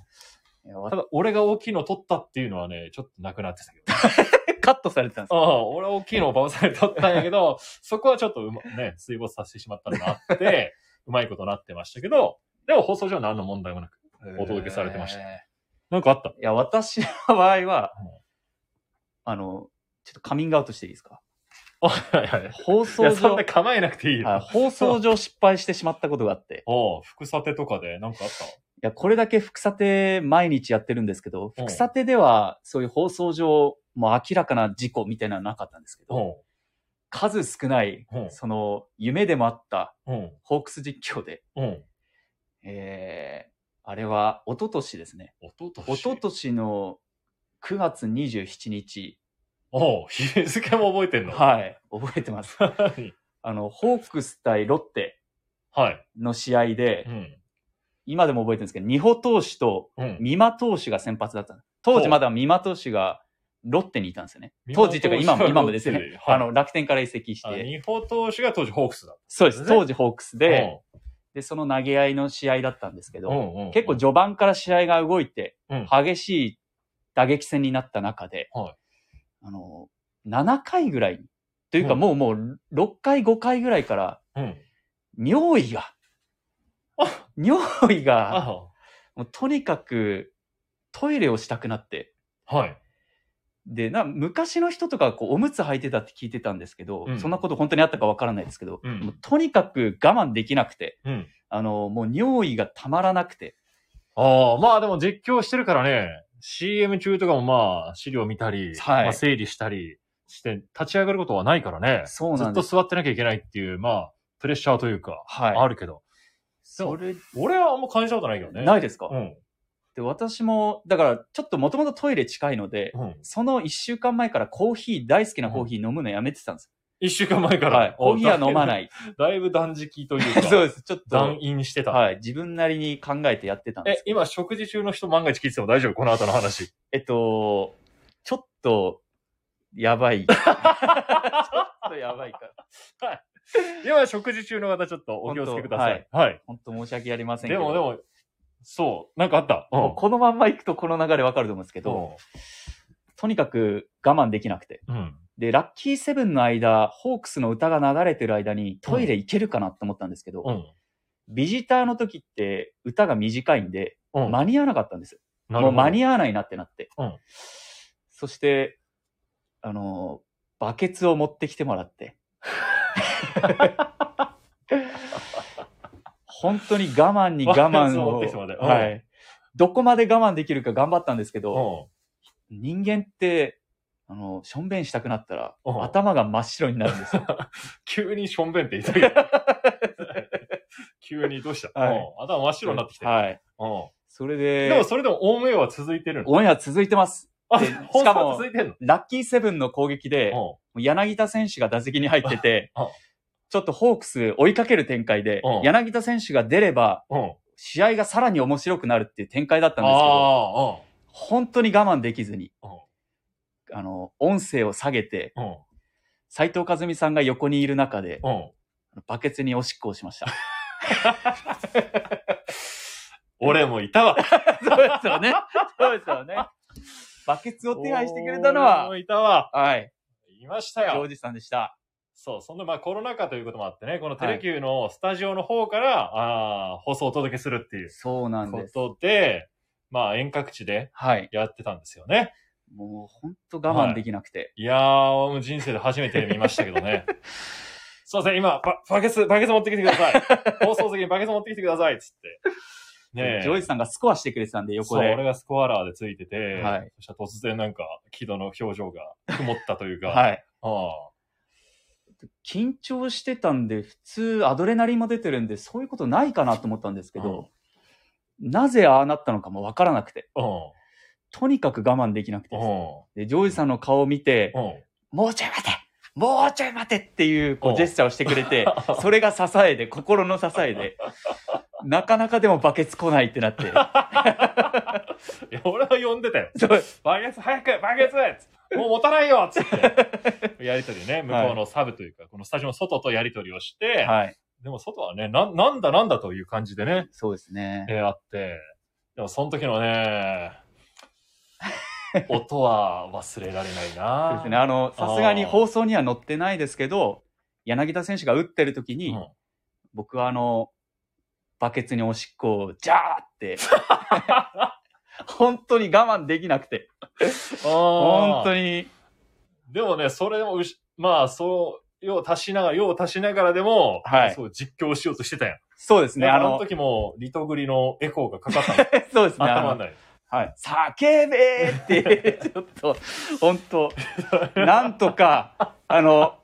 Speaker 2: いやわ
Speaker 1: ただ、俺が大きいの取ったっていうのはね、ちょっとなくなってた
Speaker 2: *laughs*
Speaker 1: けど。
Speaker 2: カットされてたんです
Speaker 1: あ
Speaker 2: よ
Speaker 1: あ、俺は大きいのを馬場さんに取ったんやけど、 *laughs* そこはちょっとうま、ね、水没させてしまったのがあって、 *laughs* うまいことなってましたけど、でも放送上は何の問題もなく。お届けされてました
Speaker 2: へーい
Speaker 1: なんかあ
Speaker 2: *laughs*
Speaker 1: った
Speaker 2: や、私の場合は
Speaker 1: うん、
Speaker 2: あの、ちょっとカミングアウトしていいですか
Speaker 1: あ *laughs* はいはい。
Speaker 2: 放
Speaker 1: い
Speaker 2: 送
Speaker 1: や、そん
Speaker 2: 上
Speaker 1: な、構えなくていい
Speaker 2: は
Speaker 1: よ。
Speaker 2: い放送上失敗してしまったことがあって。
Speaker 1: おう、副査定とかでなんかあった
Speaker 2: いや、これだけ副査定毎日やってるんですけ
Speaker 1: う
Speaker 2: ど、
Speaker 1: ん
Speaker 2: 副査定ではそういう放送上、もう明らかな事故みたいなのはなかったんですけど、
Speaker 1: おう、
Speaker 2: 数少ない、
Speaker 1: うん
Speaker 2: その、夢でもあった
Speaker 1: うん、
Speaker 2: ホークス実況で、
Speaker 1: うん。
Speaker 2: えー、あれは一昨年ですね。
Speaker 1: おとと
Speaker 2: 一昨年の9月27日、
Speaker 1: おう、日付も覚えてんの
Speaker 2: はい、覚えてます。 *laughs*
Speaker 1: はい。
Speaker 2: あの、ホークス対ロッテ
Speaker 1: はい。
Speaker 2: の試合で、
Speaker 1: うん。
Speaker 2: 今でも覚えてるんですけど、二保投手と
Speaker 1: うん。
Speaker 2: 美馬投手が先発だった。当時まだ美馬投手がロッテにいたんですよね。当時っていうか今も、
Speaker 1: 美馬
Speaker 2: 今も
Speaker 1: 投手がロッテ
Speaker 2: ですよね。
Speaker 1: はい
Speaker 2: あの、楽天から移籍し
Speaker 1: あ
Speaker 2: て。
Speaker 1: 二歩投手が当時ホークスだっ
Speaker 2: そうです。
Speaker 1: ね
Speaker 2: 当時ホークス
Speaker 1: た。
Speaker 2: で、で、その投げ合いの試合だったんですけ
Speaker 1: うん、う
Speaker 2: ど、
Speaker 1: ん、うん。
Speaker 2: 結構、序盤から試合が動いて
Speaker 1: うん、
Speaker 2: 激しい打撃戦になった中で
Speaker 1: は、
Speaker 2: あの、7回ぐらいに、というか
Speaker 1: うん
Speaker 2: もうもう6回5回ぐらいから、
Speaker 1: うん。
Speaker 2: 尿意が
Speaker 1: あ、
Speaker 2: 尿意が、
Speaker 1: あ
Speaker 2: もうとにかくトイレをしたくなって、
Speaker 1: はい。
Speaker 2: で、な昔の人とかはこうおむつ履いてたって聞いてたんですけど、
Speaker 1: うん
Speaker 2: そんなこと本当にあったかわからないですけど、
Speaker 1: うん
Speaker 2: もうとにかく我慢できなくて、
Speaker 1: うん。
Speaker 2: あの、もう尿意がたまらなくて、
Speaker 1: ああ、まあでも実況してるからね、CM 中とかもまあ資料見たり、
Speaker 2: はい
Speaker 1: まあ整理したりして立ち上がることはないからね。
Speaker 2: そう
Speaker 1: ず
Speaker 2: な
Speaker 1: っ
Speaker 2: ん
Speaker 1: と
Speaker 2: です。
Speaker 1: 座ってなきゃいけないっていう、まあ、プレッシャーというか、
Speaker 2: はい。
Speaker 1: あるけど。
Speaker 2: それ、
Speaker 1: 俺はあんま感じたことないけどね。。
Speaker 2: ないいですか、
Speaker 1: うん。
Speaker 2: で、私も、だから、ちょっともともとトイレ近いので、
Speaker 1: うん。
Speaker 2: その1週間前からコーヒー、大好きなコーヒー飲むのやめてたんです
Speaker 1: 一週間前か
Speaker 2: よ。
Speaker 1: ら。。
Speaker 2: はい。コーヒーは飲まないい。
Speaker 1: だいぶ断食というか、
Speaker 2: *laughs* そうです。ちょっ
Speaker 1: 断
Speaker 2: と、
Speaker 1: 飲してた。
Speaker 2: はい。自分なりに考えてやってたんです
Speaker 1: え、今食事中の人万が一聞いてても大丈夫この後の
Speaker 2: *laughs*
Speaker 1: 話。
Speaker 2: えっと、ちょっと、やば
Speaker 1: *laughs*
Speaker 2: い。ちょっとやばいから。
Speaker 1: 今食事中の方ちょっとお気をつけください。はい。
Speaker 2: 本当申し訳ありませんけ
Speaker 1: で
Speaker 2: ど。
Speaker 1: もでも、そう、なんかあった。うん
Speaker 2: もうこのまんま行くとこの流れわかると思うんですけど、とにかく我慢できなくて。
Speaker 1: うん。うん。
Speaker 2: で、ラッキーセブンの間、ホークスの歌が流れてる間にトイレ行けるかなって思ったんですけど、
Speaker 1: うん。
Speaker 2: ビジターの時って歌が短いんで、
Speaker 1: うん。
Speaker 2: 間に合わなかったんですよ。
Speaker 1: なる
Speaker 2: も
Speaker 1: ほ
Speaker 2: う
Speaker 1: ど
Speaker 2: 間に合わないなってなって。
Speaker 1: うん
Speaker 2: そして、あの、バケツを持ってきてもらって。
Speaker 1: *laughs*
Speaker 2: 本当に我慢に
Speaker 1: バ
Speaker 2: 我
Speaker 1: ケツ
Speaker 2: 慢
Speaker 1: を持っ
Speaker 2: を
Speaker 1: てきてもらってうん
Speaker 2: はい。どこまで我慢できるか頑張ったんですけど、人間って、あの、しょんべんしたくなったら、
Speaker 1: うん
Speaker 2: 頭が真っ白になるんですよ。
Speaker 1: 急にしょんべんって言ったけ
Speaker 2: *laughs*
Speaker 1: ど。急にどうした、
Speaker 2: はい
Speaker 1: うん頭真っ白になってきてる。
Speaker 2: はい。
Speaker 1: うん
Speaker 2: それで、
Speaker 1: でもそれでもオンエアは続いてるの。
Speaker 2: オンエア続いてます。
Speaker 1: あ、
Speaker 2: で
Speaker 1: 放
Speaker 2: しか
Speaker 1: 送
Speaker 2: も
Speaker 1: は続いてんの
Speaker 2: ラッキーセブンの攻撃で、もう柳田選手が打席に入ってて
Speaker 1: ああ、
Speaker 2: ちょっとホークス追いかける展開で
Speaker 1: うん、
Speaker 2: 柳田選手が出れば、
Speaker 1: うん。うん。
Speaker 2: 試合がさらに面白くなるっていう展開だったんですけ
Speaker 1: あ
Speaker 2: ど、本当に我慢できずに
Speaker 1: う、
Speaker 2: あの、音声を下げて、
Speaker 1: あ、うん。
Speaker 2: 斉藤和美さんが横にいる中で、
Speaker 1: うん。うん。
Speaker 2: バケツにおしっこをし
Speaker 1: *laughs*
Speaker 2: ました。
Speaker 1: 俺もいた
Speaker 2: *laughs*
Speaker 1: わ。
Speaker 2: そうですよね。そうですよね。バケツを手配してくれたの
Speaker 1: 俺
Speaker 2: は、
Speaker 1: もいたわ。
Speaker 2: はい、
Speaker 1: いました
Speaker 2: ジョ
Speaker 1: よ
Speaker 2: ー。ジさんでした。
Speaker 1: そう、そんな、まあコロナ禍ということもあってね、このテレキューのスタジオの方から、ああ、放送をお届けするっていう
Speaker 2: そうなん
Speaker 1: こ
Speaker 2: です。
Speaker 1: とで、まあ遠隔地で
Speaker 2: はい。
Speaker 1: やってたんですよね。
Speaker 2: もう本当我慢できなくて。
Speaker 1: いやー、もう人生で初めて見ましたけど
Speaker 2: *laughs*
Speaker 1: ね。すいません、今、ババケツ、バケツ持ってきてくだ
Speaker 2: *laughs*
Speaker 1: さい。放送席にバケツ持ってきてください、つって。ねえ。
Speaker 2: ジョージさんがスコアしてくれてたんで、横
Speaker 1: そう、
Speaker 2: で。
Speaker 1: 俺がスコアラーでついてて、
Speaker 2: はい
Speaker 1: そしたら突然なんか、木戸の表情が曇ったというか、い、
Speaker 2: *laughs* はい。
Speaker 1: ああ
Speaker 2: 緊張してたんで、普通アドレナリンも出てるんで、そういうことないかなと思ったんですけど、なぜああなったのかもわからなくて、
Speaker 1: うん、
Speaker 2: とにかく我慢できなくて
Speaker 1: う
Speaker 2: です
Speaker 1: ん、
Speaker 2: で、ジョージさんの顔を見て、
Speaker 1: うん。
Speaker 2: もうちょい待てもうちょい待てっていうこ
Speaker 1: うん
Speaker 2: うジェスチャーをしてく
Speaker 1: *laughs*
Speaker 2: れて、それが支えで、心の支えで、なかなかでもバケツ来ないって
Speaker 1: *laughs*
Speaker 2: なって、
Speaker 1: いや、俺は呼んでたよ。
Speaker 2: *laughs* そう
Speaker 1: バケツ早くバケツつってもう持たないよつ
Speaker 2: *laughs*
Speaker 1: って。やりとりね、向こうのサブというか、このスタジオの外とやりとりをして、
Speaker 2: はい。
Speaker 1: でも外はねな、なんだなんだという感じでね、
Speaker 2: そうですね。
Speaker 1: えーあって、でもその時の
Speaker 2: *laughs*
Speaker 1: ね、音は忘れられない
Speaker 2: そ
Speaker 1: な
Speaker 2: うですね。あの、さすがに放送には載ってないですけど、柳田選手が打ってる時に、
Speaker 1: うん
Speaker 2: 僕はあの、バケツにおしっこをジャー
Speaker 1: *laughs*
Speaker 2: って、本当に我慢できなくて、本
Speaker 1: 本
Speaker 2: 当に、
Speaker 1: でもね、それもうし、まあ、そう、用を足しながら、用を足しながらでも、
Speaker 2: はい
Speaker 1: そう、実況しようとしてたやん。
Speaker 2: そうですね、
Speaker 1: あ
Speaker 2: あ
Speaker 1: の
Speaker 2: の、
Speaker 1: 時も、リトグリのエコーがかかったの
Speaker 2: *laughs* そうですね、あ
Speaker 1: 頭の
Speaker 2: の、
Speaker 1: 中に。
Speaker 2: はい、叫べーって、
Speaker 1: *laughs*
Speaker 2: ちょっと、本当、なんとか、あの、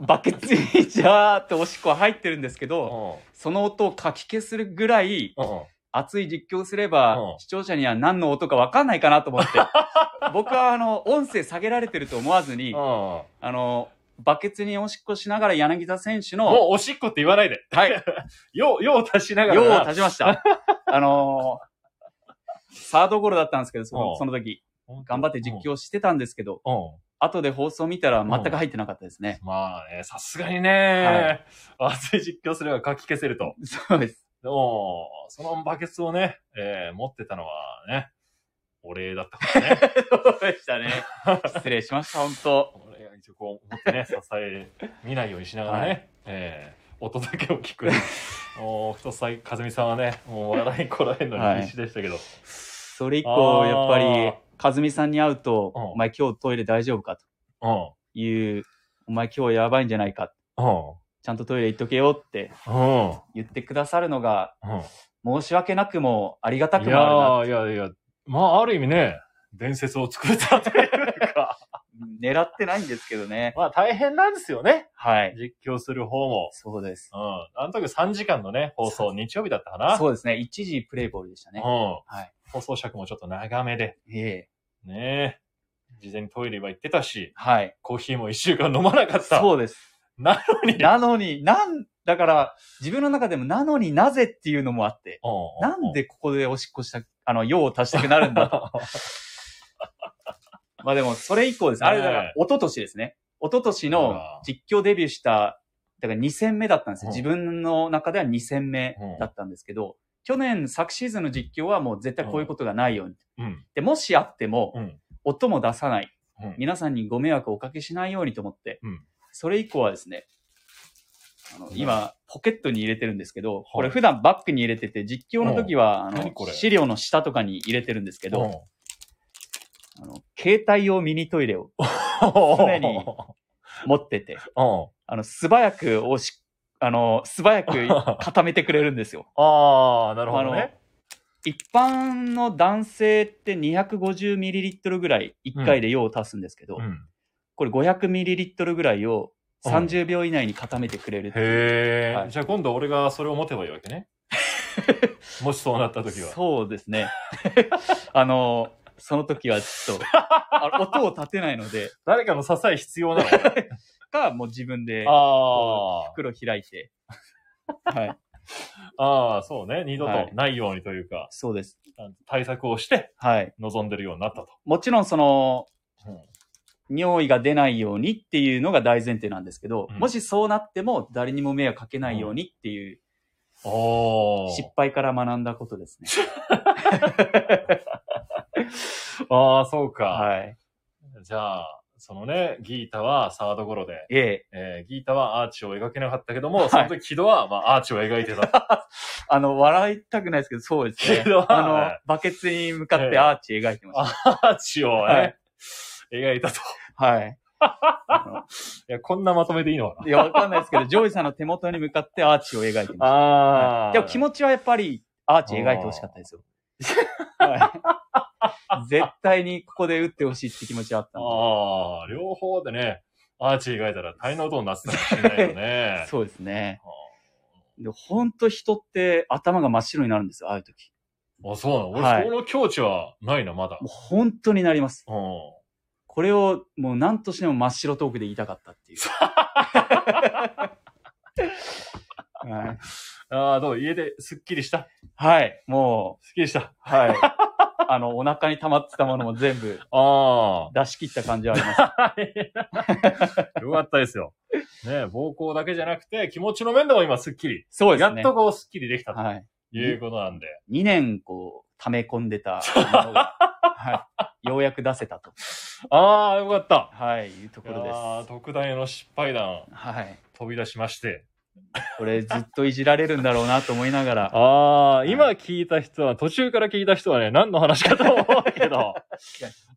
Speaker 2: バケツにジャーっておしっこは入ってるんですけど、その音をかき消すぐらい、
Speaker 1: うん。うん。
Speaker 2: 熱い実況をすれば、
Speaker 1: うん
Speaker 2: 視聴者には何の音か分かんないかなと思
Speaker 1: *laughs*
Speaker 2: って僕はあの音声下げられてると思わずに、
Speaker 1: も
Speaker 2: あのバケツにおしっこしながら柳田選手
Speaker 1: う
Speaker 2: の、
Speaker 1: おしっこって言わないで。 *laughs*
Speaker 2: はい、
Speaker 1: 用、用を足しながら
Speaker 2: 用
Speaker 1: な。
Speaker 2: を足しま *laughs* した。あのサードゴロだったんですけど、そ
Speaker 1: うん
Speaker 2: のその時、頑張って実況してたんですけど、
Speaker 1: うん。うん。
Speaker 2: 後で放送見たら全く入ってなかったですね。
Speaker 1: まあね、さすがにね、熱い実況すればかき消せると。
Speaker 2: *laughs* そうです。
Speaker 1: でも、そのバケツをね、えー持ってたのはね、お礼だったからね。
Speaker 2: そうでしたね。 *laughs* 失礼しました、本当。
Speaker 1: 俺が一応こう持ってね、支え、見ないようにしながらね、
Speaker 2: は
Speaker 1: えー音だけを聞 *laughs* く。もう、太さい、和美さんはね、もう笑いこらえるのに必死でしたけど。
Speaker 2: それ以降、やっぱり、和美さんに会うと、
Speaker 1: うん
Speaker 2: お前今日トイレ大丈夫かと。
Speaker 1: う
Speaker 2: いう、お前今日やばいんじゃないか、
Speaker 1: ん。
Speaker 2: ちゃんとトイレ行っとけよって
Speaker 1: うん。うん。
Speaker 2: 言ってくださるのが、
Speaker 1: うん。
Speaker 2: 申し訳なくもありがた
Speaker 1: い
Speaker 2: くもあるな
Speaker 1: やいやいや、まあ、ある意味ね、伝説を作ったというか、
Speaker 2: 狙ってないんですけど *laughs* ね。
Speaker 1: *laughs* まあ大変なんですよね。
Speaker 2: はい。
Speaker 1: 実況する方も。
Speaker 2: そうです。
Speaker 1: うん。あの時3時間のね、放送、日曜日だったかな。
Speaker 2: そうですね。一時プレイボールでした
Speaker 1: うん。
Speaker 2: ね。い
Speaker 1: 放送尺もちょっと長めで。
Speaker 2: ええ。
Speaker 1: ねえ。事前にトイレは行ってたし、
Speaker 2: はい。
Speaker 1: コーヒーも1週間飲まなかった。
Speaker 2: そうです。
Speaker 1: なのに。
Speaker 2: なのに、なん、だから、自分の中でもなのになぜっていうのもあって、
Speaker 1: ううう
Speaker 2: なんでここでおしっこした、あの、用を足したくなるんだ。
Speaker 1: *laughs*
Speaker 2: まあでも、それ以降です。あれだか
Speaker 1: ね
Speaker 2: ら、一昨年ですね。一昨年
Speaker 1: う
Speaker 2: の
Speaker 1: わ
Speaker 2: 実況デビューした、だから2戦目だったんですよ。
Speaker 1: うん
Speaker 2: 自分の中では2戦目だったんですけど、去年、昨シーズンの実況はもう絶対こういうことがないように。
Speaker 1: うん。
Speaker 2: で、もしあっても
Speaker 1: う、ん。
Speaker 2: 音も出さない。
Speaker 1: うん。
Speaker 2: 皆さんにご迷惑をおかけしないようにと思って、
Speaker 1: うん
Speaker 2: それ以降はですね、あの
Speaker 1: うん
Speaker 2: 今、ポケットに入れてるんですけど、
Speaker 1: い
Speaker 2: これ普段バッグに入れてて、実況の時は、あ
Speaker 1: 何これ
Speaker 2: の、資料の下とかに入れてるんですけ
Speaker 1: う
Speaker 2: ど、
Speaker 1: ん
Speaker 2: あの、携帯用ミニトイレを常に持っ
Speaker 1: *laughs*
Speaker 2: てて、
Speaker 1: うん。
Speaker 2: あの、素早くおし、あの、素早く固めてくれる
Speaker 1: *laughs*
Speaker 2: んですよ。
Speaker 1: ああ、なるほど
Speaker 2: あの
Speaker 1: ね。
Speaker 2: 一般の男性って250ミリリットルぐらい1回で用を足すんですけど、
Speaker 1: うん。
Speaker 2: これ500ミリリットルぐらいを30秒以内に固めてくれるっていう
Speaker 1: へえ、
Speaker 2: はい
Speaker 1: じゃあ今度俺がそれを持てばいいわけ
Speaker 2: *laughs*
Speaker 1: ね。もしそうなった時は。
Speaker 2: そうですね。 *laughs* あの、その時はちょっと、
Speaker 1: *laughs*
Speaker 2: あ音を立てないので、
Speaker 1: 誰かの支え必
Speaker 2: *laughs*
Speaker 1: 要なの
Speaker 2: か、もう自分で
Speaker 1: あ
Speaker 2: 袋開い
Speaker 1: *laughs*
Speaker 2: て。はい。
Speaker 1: あ、ああ、そうね。二度
Speaker 2: は
Speaker 1: と
Speaker 2: い
Speaker 1: ないようにというか、
Speaker 2: そうです。
Speaker 1: 対策をして
Speaker 2: はい。
Speaker 1: 望んでるようになったと。
Speaker 2: もちろんその、
Speaker 1: うん
Speaker 2: 尿意が出ないようにっていうのが大前提なんですけど、
Speaker 1: うん
Speaker 2: もしそうなっても誰にも迷惑かけないようにっていう
Speaker 1: お
Speaker 2: 失敗から学んだことですね。
Speaker 1: ーああ、そうか。
Speaker 2: はい。
Speaker 1: じゃあ、そのね、ギータはサードゴロで、
Speaker 2: ええ。
Speaker 1: えーギータはアーチを描けなかったけども、
Speaker 2: はい
Speaker 1: その時木戸は、まあ、アーチを描いてた。
Speaker 2: あの、笑いたくないですけど、そうですね
Speaker 1: けど。
Speaker 2: あの
Speaker 1: はい、
Speaker 2: バケツに向かってアーチ描いてまし
Speaker 1: アーチをね、
Speaker 2: はい
Speaker 1: 描いたと。
Speaker 2: た。はい。あの
Speaker 1: いや、こんなまとめでいいのか
Speaker 2: いや、わかんないです
Speaker 1: *laughs*
Speaker 2: けど、ジョイさんの手元に向かってアーチを描いて
Speaker 1: な。
Speaker 2: まし
Speaker 1: あ
Speaker 2: た。はいでも気持ちはやっぱりアーチ描いてほしかったですよ。はい絶対にここで打ってほしいって気持ちはあったん
Speaker 1: ああ、両方でね、アーチ描いたら大変なことになってたかもしれないよね
Speaker 2: で。 *laughs* そうですね。でほんと人って頭が真っ白になるんですよ、ああいう時。
Speaker 1: あ、そうなの俺、
Speaker 2: はい
Speaker 1: その境地はないな、まだ
Speaker 2: もう。本当になります。
Speaker 1: うん。
Speaker 2: これをもう何としても真っ白トークで言いたかっ
Speaker 1: *laughs*
Speaker 2: たっていう。はい、
Speaker 1: ああ、どう家ですっきりした
Speaker 2: はい、も
Speaker 1: すっきりした。
Speaker 2: う、はい。 *laughs* あの、お腹に溜まってたものも全部
Speaker 1: あ
Speaker 2: 出し切った感じはあります。
Speaker 1: *laughs* あ。よかったですよ。ね膀胱だけじゃなくて、気持ちの面でも今すっきり。
Speaker 2: そうで
Speaker 1: や
Speaker 2: す
Speaker 1: っ
Speaker 2: ね。
Speaker 1: とこうすっきりできたと
Speaker 2: はい。
Speaker 1: いうことなんで。
Speaker 2: 2年、こう、溜め込んでたも
Speaker 1: *laughs*
Speaker 2: のが、はい。ようやく出せたと。
Speaker 1: ああ、よかった。
Speaker 2: はい、いうところ
Speaker 1: い
Speaker 2: で
Speaker 1: やー
Speaker 2: す。
Speaker 1: 特大の失敗談
Speaker 2: はい。
Speaker 1: 飛び出しまして。
Speaker 2: これずっといじられるんだろうなと思いながら。
Speaker 1: *laughs* ああ、
Speaker 2: い
Speaker 1: 今聞いた人は、途中から聞いた人はね、何の話かと思
Speaker 2: *laughs*
Speaker 1: うけど。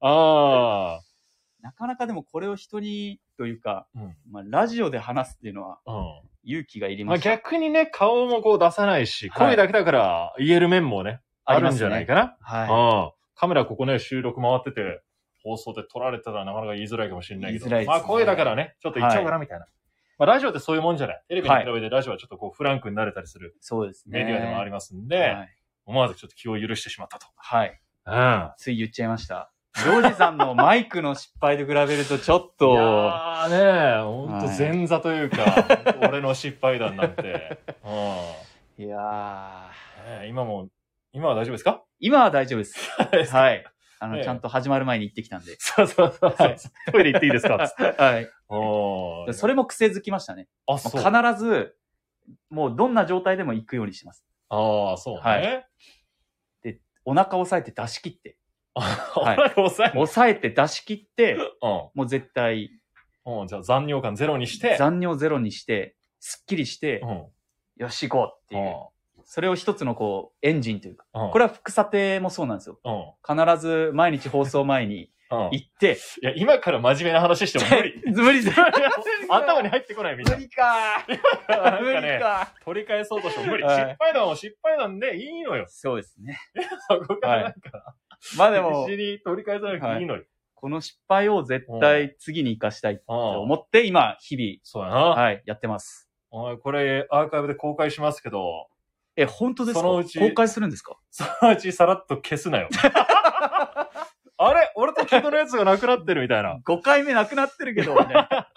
Speaker 1: ああ、
Speaker 2: なかなかでもこれを人に、というか、
Speaker 1: うん。
Speaker 2: まあ、ラジオで話すっていうのは
Speaker 1: う
Speaker 2: 勇気がいり
Speaker 1: ん。ま
Speaker 2: ま
Speaker 1: あ
Speaker 2: すた。
Speaker 1: 逆にね、顔もこう出さないし、
Speaker 2: はい
Speaker 1: 声だけだから言える面もね、あるんじゃない
Speaker 2: か。
Speaker 1: かな。
Speaker 2: は
Speaker 1: うん。カメラここね、収録回ってて、放送で撮られたらなかなか言いづらいかもしれないけど。
Speaker 2: 言いづらいですね
Speaker 1: まあ声だからね、ちょっと言っちゃおうかなみたいな。まあラジオってそういうもんじゃない。テレビに比べてラジオはちょっとこうフランクになれたりする
Speaker 2: い。そうですね。
Speaker 1: メディアでもありますんで、
Speaker 2: はい。
Speaker 1: 思わずちょっと気を許してしまったと。
Speaker 2: はい。
Speaker 1: うん。
Speaker 2: つい言っちゃいました。ジョージさんのマイクの失敗と比べるとちょっ
Speaker 1: いや
Speaker 2: と、
Speaker 1: ーね、ほんと
Speaker 2: はい
Speaker 1: 前座というか、ほんと俺の失敗談
Speaker 2: *laughs*
Speaker 1: なんて。うん
Speaker 2: いやー。
Speaker 1: ねえ今も、今は大丈夫ですか
Speaker 2: 今は大丈夫です。はい。あ
Speaker 1: え
Speaker 2: の、
Speaker 1: え
Speaker 2: ちゃんと始まる前に行ってきたんで。
Speaker 1: そうそうそうそう
Speaker 2: はい
Speaker 1: トイレ行っていいですかつって
Speaker 2: はい。
Speaker 1: うん
Speaker 2: それも癖づきましたね。
Speaker 1: あ、
Speaker 2: も
Speaker 1: そう。
Speaker 2: う必ず、もうどんな状態でも行くようにしてます。
Speaker 1: ああ、そうね。
Speaker 2: はお腹押さえて出し切って。
Speaker 1: お腹押さえる
Speaker 2: 押さえて出し切って、
Speaker 1: うん。
Speaker 2: もう絶対
Speaker 1: うん、じゃあ残尿感ゼロにして、
Speaker 2: 残尿ゼロにして、すっきりして
Speaker 1: う、ん、
Speaker 2: よし行こうっていう。それを一つのこう、エンジンというか。
Speaker 1: うん、
Speaker 2: こ
Speaker 1: れ、
Speaker 2: れは副査定もそうなんですよ。
Speaker 1: うん、
Speaker 2: 必ず毎日放送前に
Speaker 1: うんい
Speaker 2: 行って、
Speaker 1: や、今から真面目な話しても無理。
Speaker 2: 無理だ。
Speaker 1: 頭に入ってこない、みんな
Speaker 2: 無。理か。
Speaker 1: なん
Speaker 2: 無
Speaker 1: か
Speaker 2: 理
Speaker 1: ね、
Speaker 2: か。
Speaker 1: 取り返そうとしても無理。
Speaker 2: はい
Speaker 1: 失敗談は失敗なんでいいのよ。
Speaker 2: そうですね。
Speaker 1: そこからなんか、
Speaker 2: まあでも
Speaker 1: 必死、に取り返さなくていいのよ。
Speaker 2: この失敗を絶対次に活かしたいと
Speaker 1: うん
Speaker 2: 思って、今、日
Speaker 1: そうやな。
Speaker 2: 々、はい、やってます。
Speaker 1: おい、これ、アーカイブで公開しますけど、
Speaker 2: え、本当ですか
Speaker 1: そのうち
Speaker 2: 公開するんですか
Speaker 1: そのうちさらっと消す
Speaker 2: *laughs*
Speaker 1: なよ。あれ俺とキドのやつがなくなってるみたいな。
Speaker 2: ?5 回目なくなってるけど、みたい *laughs* な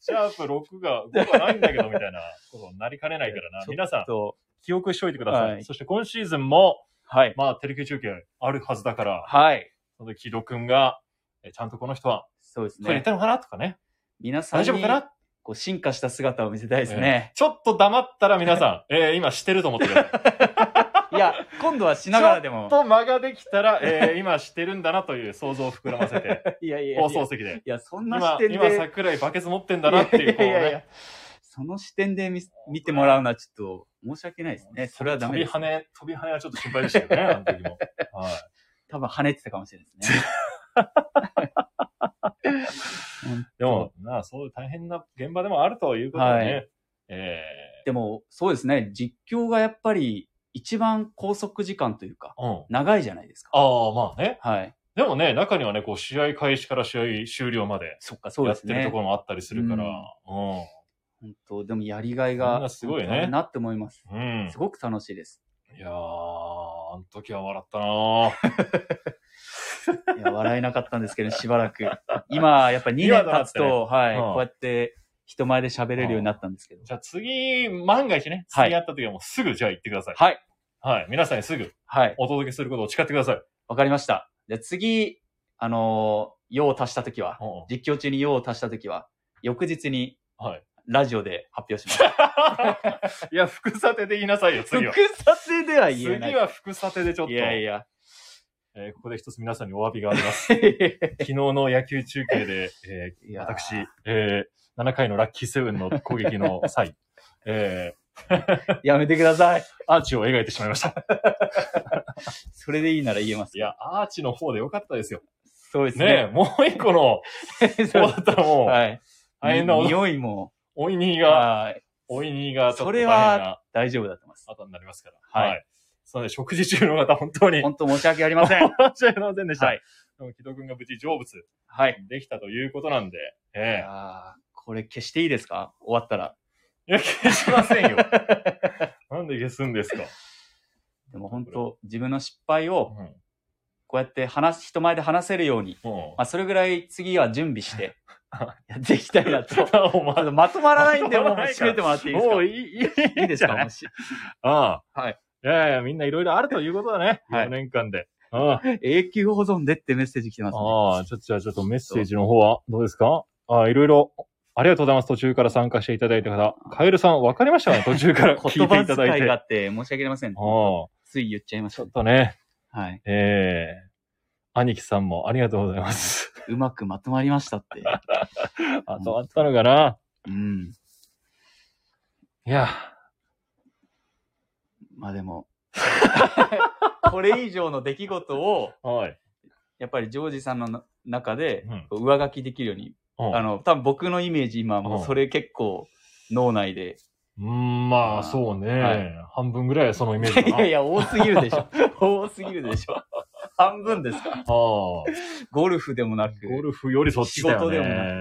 Speaker 1: シャープ6が、5がないんだけど、みたいなことになりかねないからな。皆さん、
Speaker 2: ちょっ
Speaker 1: 記憶しといてください。
Speaker 2: はい
Speaker 1: そして今シーズンも、
Speaker 2: とはい。
Speaker 1: まあ、テレビ中継あるはずだから、
Speaker 2: はい。
Speaker 1: その時、木戸くんが、えちゃんとこの人は、
Speaker 2: そうです
Speaker 1: トイレ行っ
Speaker 2: ね。
Speaker 1: たのかなとかね。
Speaker 2: 皆さん
Speaker 1: 大
Speaker 2: に
Speaker 1: 丈夫かな
Speaker 2: こう進化した姿を見せたいですね。
Speaker 1: ちょっと黙ったら皆さん、えー今してると思ってください。
Speaker 2: いや、今度はしながらで
Speaker 1: ち
Speaker 2: *laughs*
Speaker 1: ょっ
Speaker 2: も。
Speaker 1: と間ができたら、えー今してるんだなという想像を膨らませて、
Speaker 2: いやいやい
Speaker 1: 放
Speaker 2: や
Speaker 1: 送。席で。
Speaker 2: いや、そんな視
Speaker 1: 今、
Speaker 2: 点で。
Speaker 1: 今桜井バケツ持ってんだなっていう、こう
Speaker 2: いやいやいや
Speaker 1: ね、
Speaker 2: その視点で見見てもらうのはちょっと申し訳ないですね。それはダメです。
Speaker 1: 飛び跳ね、飛び跳ねはちょっと心配でしたよ
Speaker 2: *laughs*
Speaker 1: ね、あの時も。はい。
Speaker 2: 多分跳ねてたかもしれないですね。 *laughs*
Speaker 1: でも、なあ、そういう大変な現場でもあるということでね、
Speaker 2: は
Speaker 1: え
Speaker 2: でも、そうですね。実況がやっぱり一番拘束時間というか、
Speaker 1: ー、うん。
Speaker 2: 長いじゃないですか。
Speaker 1: ああ、まあね。
Speaker 2: はい。
Speaker 1: でもね、中にはね、こう、試合開始から試合終了まで、
Speaker 2: そっか、そう
Speaker 1: や
Speaker 2: で
Speaker 1: っ
Speaker 2: す
Speaker 1: てる
Speaker 2: ね
Speaker 1: とこ。ろもあったりするから、
Speaker 2: 本当でもやりがい
Speaker 1: みん
Speaker 2: が、
Speaker 1: なすごいね
Speaker 2: あるなって思います。
Speaker 1: うん。うん。
Speaker 2: すごく楽しいです。
Speaker 1: いやー、あの時は笑ったなー *laughs*
Speaker 2: いや、笑えなかったんですけど、しばらく。今、やっぱ2年経つと、はい、
Speaker 1: うん
Speaker 2: こうやって人前で喋れるようになったんですけど。
Speaker 1: じゃあ次、万が一ね、
Speaker 2: はい
Speaker 1: 次会った時はもうすぐじゃあ行ってください。
Speaker 2: はい。
Speaker 1: はい。皆さんにすぐ
Speaker 2: はい。
Speaker 1: お届けすることを誓ってください。
Speaker 2: わかりました。じゃあ次、あのー用を足したときは、
Speaker 1: う
Speaker 2: 実況中に用を足したときは、翌日に
Speaker 1: んはい。
Speaker 2: ラジオで発表します。
Speaker 1: いや、副査定で言いなさいよ、 *laughs* 次は。
Speaker 2: てでは
Speaker 1: 次
Speaker 2: い。
Speaker 1: は副査定でちょっと、
Speaker 2: いやいや。
Speaker 1: *laughs* えーここで一つ皆さんにお詫びがあります。 *laughs*
Speaker 2: い
Speaker 1: 昨日の野球中継で、えー
Speaker 2: やー
Speaker 1: 私、えー7回のラッキーセブンの攻撃の際、 *laughs* え
Speaker 2: やめてください。
Speaker 1: ーアーチを描いてしまいました。
Speaker 2: それでいいなら言えます。
Speaker 1: いや、アーチの方でよかったですよ。
Speaker 2: そうです
Speaker 1: ねえ、
Speaker 2: ね。
Speaker 1: もう一個の、
Speaker 2: *laughs* そ
Speaker 1: そううだったらもう、
Speaker 2: はい。
Speaker 1: 大変なお
Speaker 2: 匂いも、
Speaker 1: おいにが、
Speaker 2: はい。
Speaker 1: おいにが、ちょっと
Speaker 2: そ
Speaker 1: 大
Speaker 2: れ
Speaker 1: 変
Speaker 2: は
Speaker 1: な
Speaker 2: 大丈夫だと思います。
Speaker 1: 後になりますから。
Speaker 2: はい
Speaker 1: そので、食事中の方、本当に、
Speaker 2: 本当申し訳あ
Speaker 1: *laughs*
Speaker 2: りません。
Speaker 1: 申し訳ありませんでした。
Speaker 2: はい
Speaker 1: でも、木戸くんが無事成仏
Speaker 2: はい。
Speaker 1: できたということなんで、
Speaker 2: い
Speaker 1: ええ
Speaker 2: やーこれ消していいですか終わったら。
Speaker 1: いや、消しませんよ。 *laughs* なんで消すんですか。
Speaker 2: *laughs* でも本当、自分の失敗を、
Speaker 1: うん
Speaker 2: こうやって話す、人前で話せるように、
Speaker 1: も
Speaker 2: まあ、それぐらい次は準
Speaker 1: *laughs*
Speaker 2: 備して
Speaker 1: は、
Speaker 2: やっていきたいなと。ちょっ
Speaker 1: う、お前
Speaker 2: とまとまらないんで、もう
Speaker 1: まとまらないか
Speaker 2: 閉
Speaker 1: ら
Speaker 2: めてもらっていいです
Speaker 1: も
Speaker 2: か
Speaker 1: ういい、いい、
Speaker 2: いいです
Speaker 1: じ
Speaker 2: か
Speaker 1: ゃない
Speaker 2: もし
Speaker 1: ああ。
Speaker 2: はい。
Speaker 1: いやいや、みんないろいろあるということだね。
Speaker 2: はい
Speaker 1: 4年間で。ああ。
Speaker 2: 永久保存でってメッセージ来てますね。
Speaker 1: ああ、ちょっと、じゃあちょっとメッセージの方はどうですかああ、いろいろ。ありがとうございます。途中から参加していただいた方。カエルさん、わかりま
Speaker 2: *laughs*
Speaker 1: したかね途中から聞
Speaker 2: 言
Speaker 1: いて
Speaker 2: 葉
Speaker 1: いただ
Speaker 2: 遣
Speaker 1: い
Speaker 2: い
Speaker 1: て。
Speaker 2: があ
Speaker 1: ああ、
Speaker 2: って申し訳ありません。
Speaker 1: ちょ
Speaker 2: つい言っちゃいました
Speaker 1: っ。とね、
Speaker 2: はい。
Speaker 1: ええ兄貴さんもありがとうございます。
Speaker 2: うまくまとまりましたって。
Speaker 1: あとあったのかな
Speaker 2: うん。
Speaker 1: いや、
Speaker 2: まあでも。これ以上の出来事を、
Speaker 1: おい。
Speaker 2: やっぱりジョージさんのな中で
Speaker 1: うん、
Speaker 2: こう上書きできるように、
Speaker 1: うん
Speaker 2: あの、多分僕のイメージ今も
Speaker 1: うん
Speaker 2: うそれ結構脳内で。
Speaker 1: うーん、ま
Speaker 2: あ
Speaker 1: あ、
Speaker 2: あ
Speaker 1: そうね、
Speaker 2: はい
Speaker 1: 半分ぐ *laughs* らいはそのイメージか
Speaker 2: い
Speaker 1: な。
Speaker 2: やいや、多すぎるでしょ。多すぎるでしょ。半分ですか
Speaker 1: ああゴ
Speaker 2: ゴルフでもなく。
Speaker 1: ルフよりそっちだよね。
Speaker 2: 仕事でもな
Speaker 1: う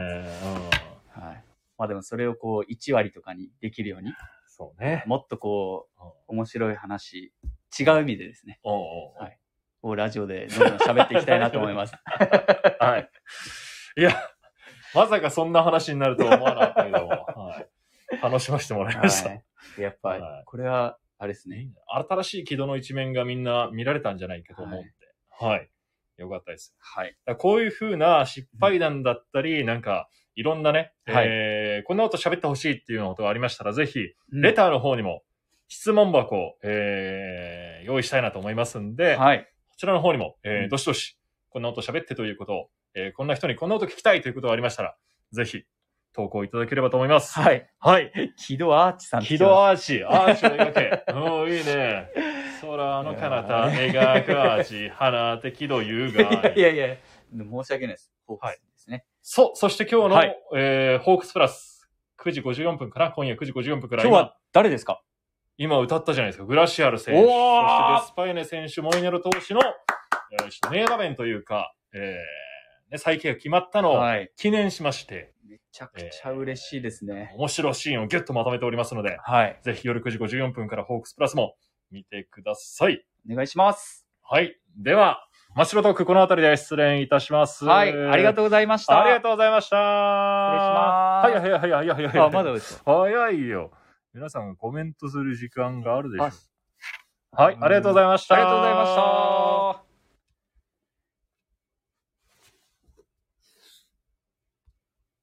Speaker 1: ん
Speaker 2: はい。まあでもそれをこう1割とかにできるように、
Speaker 1: そうね。
Speaker 2: もっとこ
Speaker 1: うん
Speaker 2: う、面白い話、違う意味でですね、
Speaker 1: おうおう
Speaker 2: はいをラジオでどんどん喋っていきたいなと思います。
Speaker 1: *laughs* はい。いや、まさかそんな話になるとは思わなかったけ *laughs* ども、はい、楽しませてもらいました。
Speaker 2: はい、やっぱ、
Speaker 1: はい
Speaker 2: これは、あれですね。
Speaker 1: 新しい軌道の一面がみんな見られたんじゃないかと思って。はい。よかったです。
Speaker 2: はい。
Speaker 1: だからこういう風な失敗談だったり、なんか、いろんなね、
Speaker 2: はい
Speaker 1: えーこんなこと喋ってほしいっていうようなことがありましたら、ぜひ、レ
Speaker 2: レ
Speaker 1: ターの方にも質問箱を、えー用意したいなと思いますんで、こ
Speaker 2: はい。
Speaker 1: ちらの方にも、えー
Speaker 2: うん
Speaker 1: どしどし、こんな音喋ってということを、えーこんな人にこんな音聞きたいということがありましたら、ぜひ、投稿いただければと思います。
Speaker 2: はい。
Speaker 1: はい。
Speaker 2: 木戸アーチさんって
Speaker 1: 軌
Speaker 2: 人 *laughs* は。
Speaker 1: 道アーチ、アーチを描け。うん、いいね。空の彼方、描くアーチ、花手軌道優雅。
Speaker 2: いやいや、申し訳ないです。ホークスですね。
Speaker 1: そう、そして今日の、
Speaker 2: はい
Speaker 1: えー、ホークスプラス、9時54分から、今夜9時54分から、
Speaker 2: 今日は誰ですか
Speaker 1: 今、今歌ったじゃないですか、グラシアル選手、そ
Speaker 2: おー
Speaker 1: してデスパイネ選手、モイネロ投手の、えー、ちょっと名場面というか、えーね、再契約決まったのを
Speaker 2: い。
Speaker 1: 記念しまして、
Speaker 2: めちゃくちゃ嬉しいですね。
Speaker 1: 面白いシーンをギュッとまとめておりますので、
Speaker 2: はい。
Speaker 1: ぜひ夜9時54分からホークスプラスも見てください。
Speaker 2: お願いします。
Speaker 1: はい。では、真っ白トークこの辺りで失礼いたします。
Speaker 2: はい。ありがとうございました。
Speaker 1: ありがとうございました。は
Speaker 2: 失礼します
Speaker 1: いはいはいはいはいはい。
Speaker 2: あ、まだです。
Speaker 1: 早いよ。皆さんがコメントする時間があるでしょ
Speaker 2: あ
Speaker 1: はい、ありがとうございました。
Speaker 2: ありがとうございました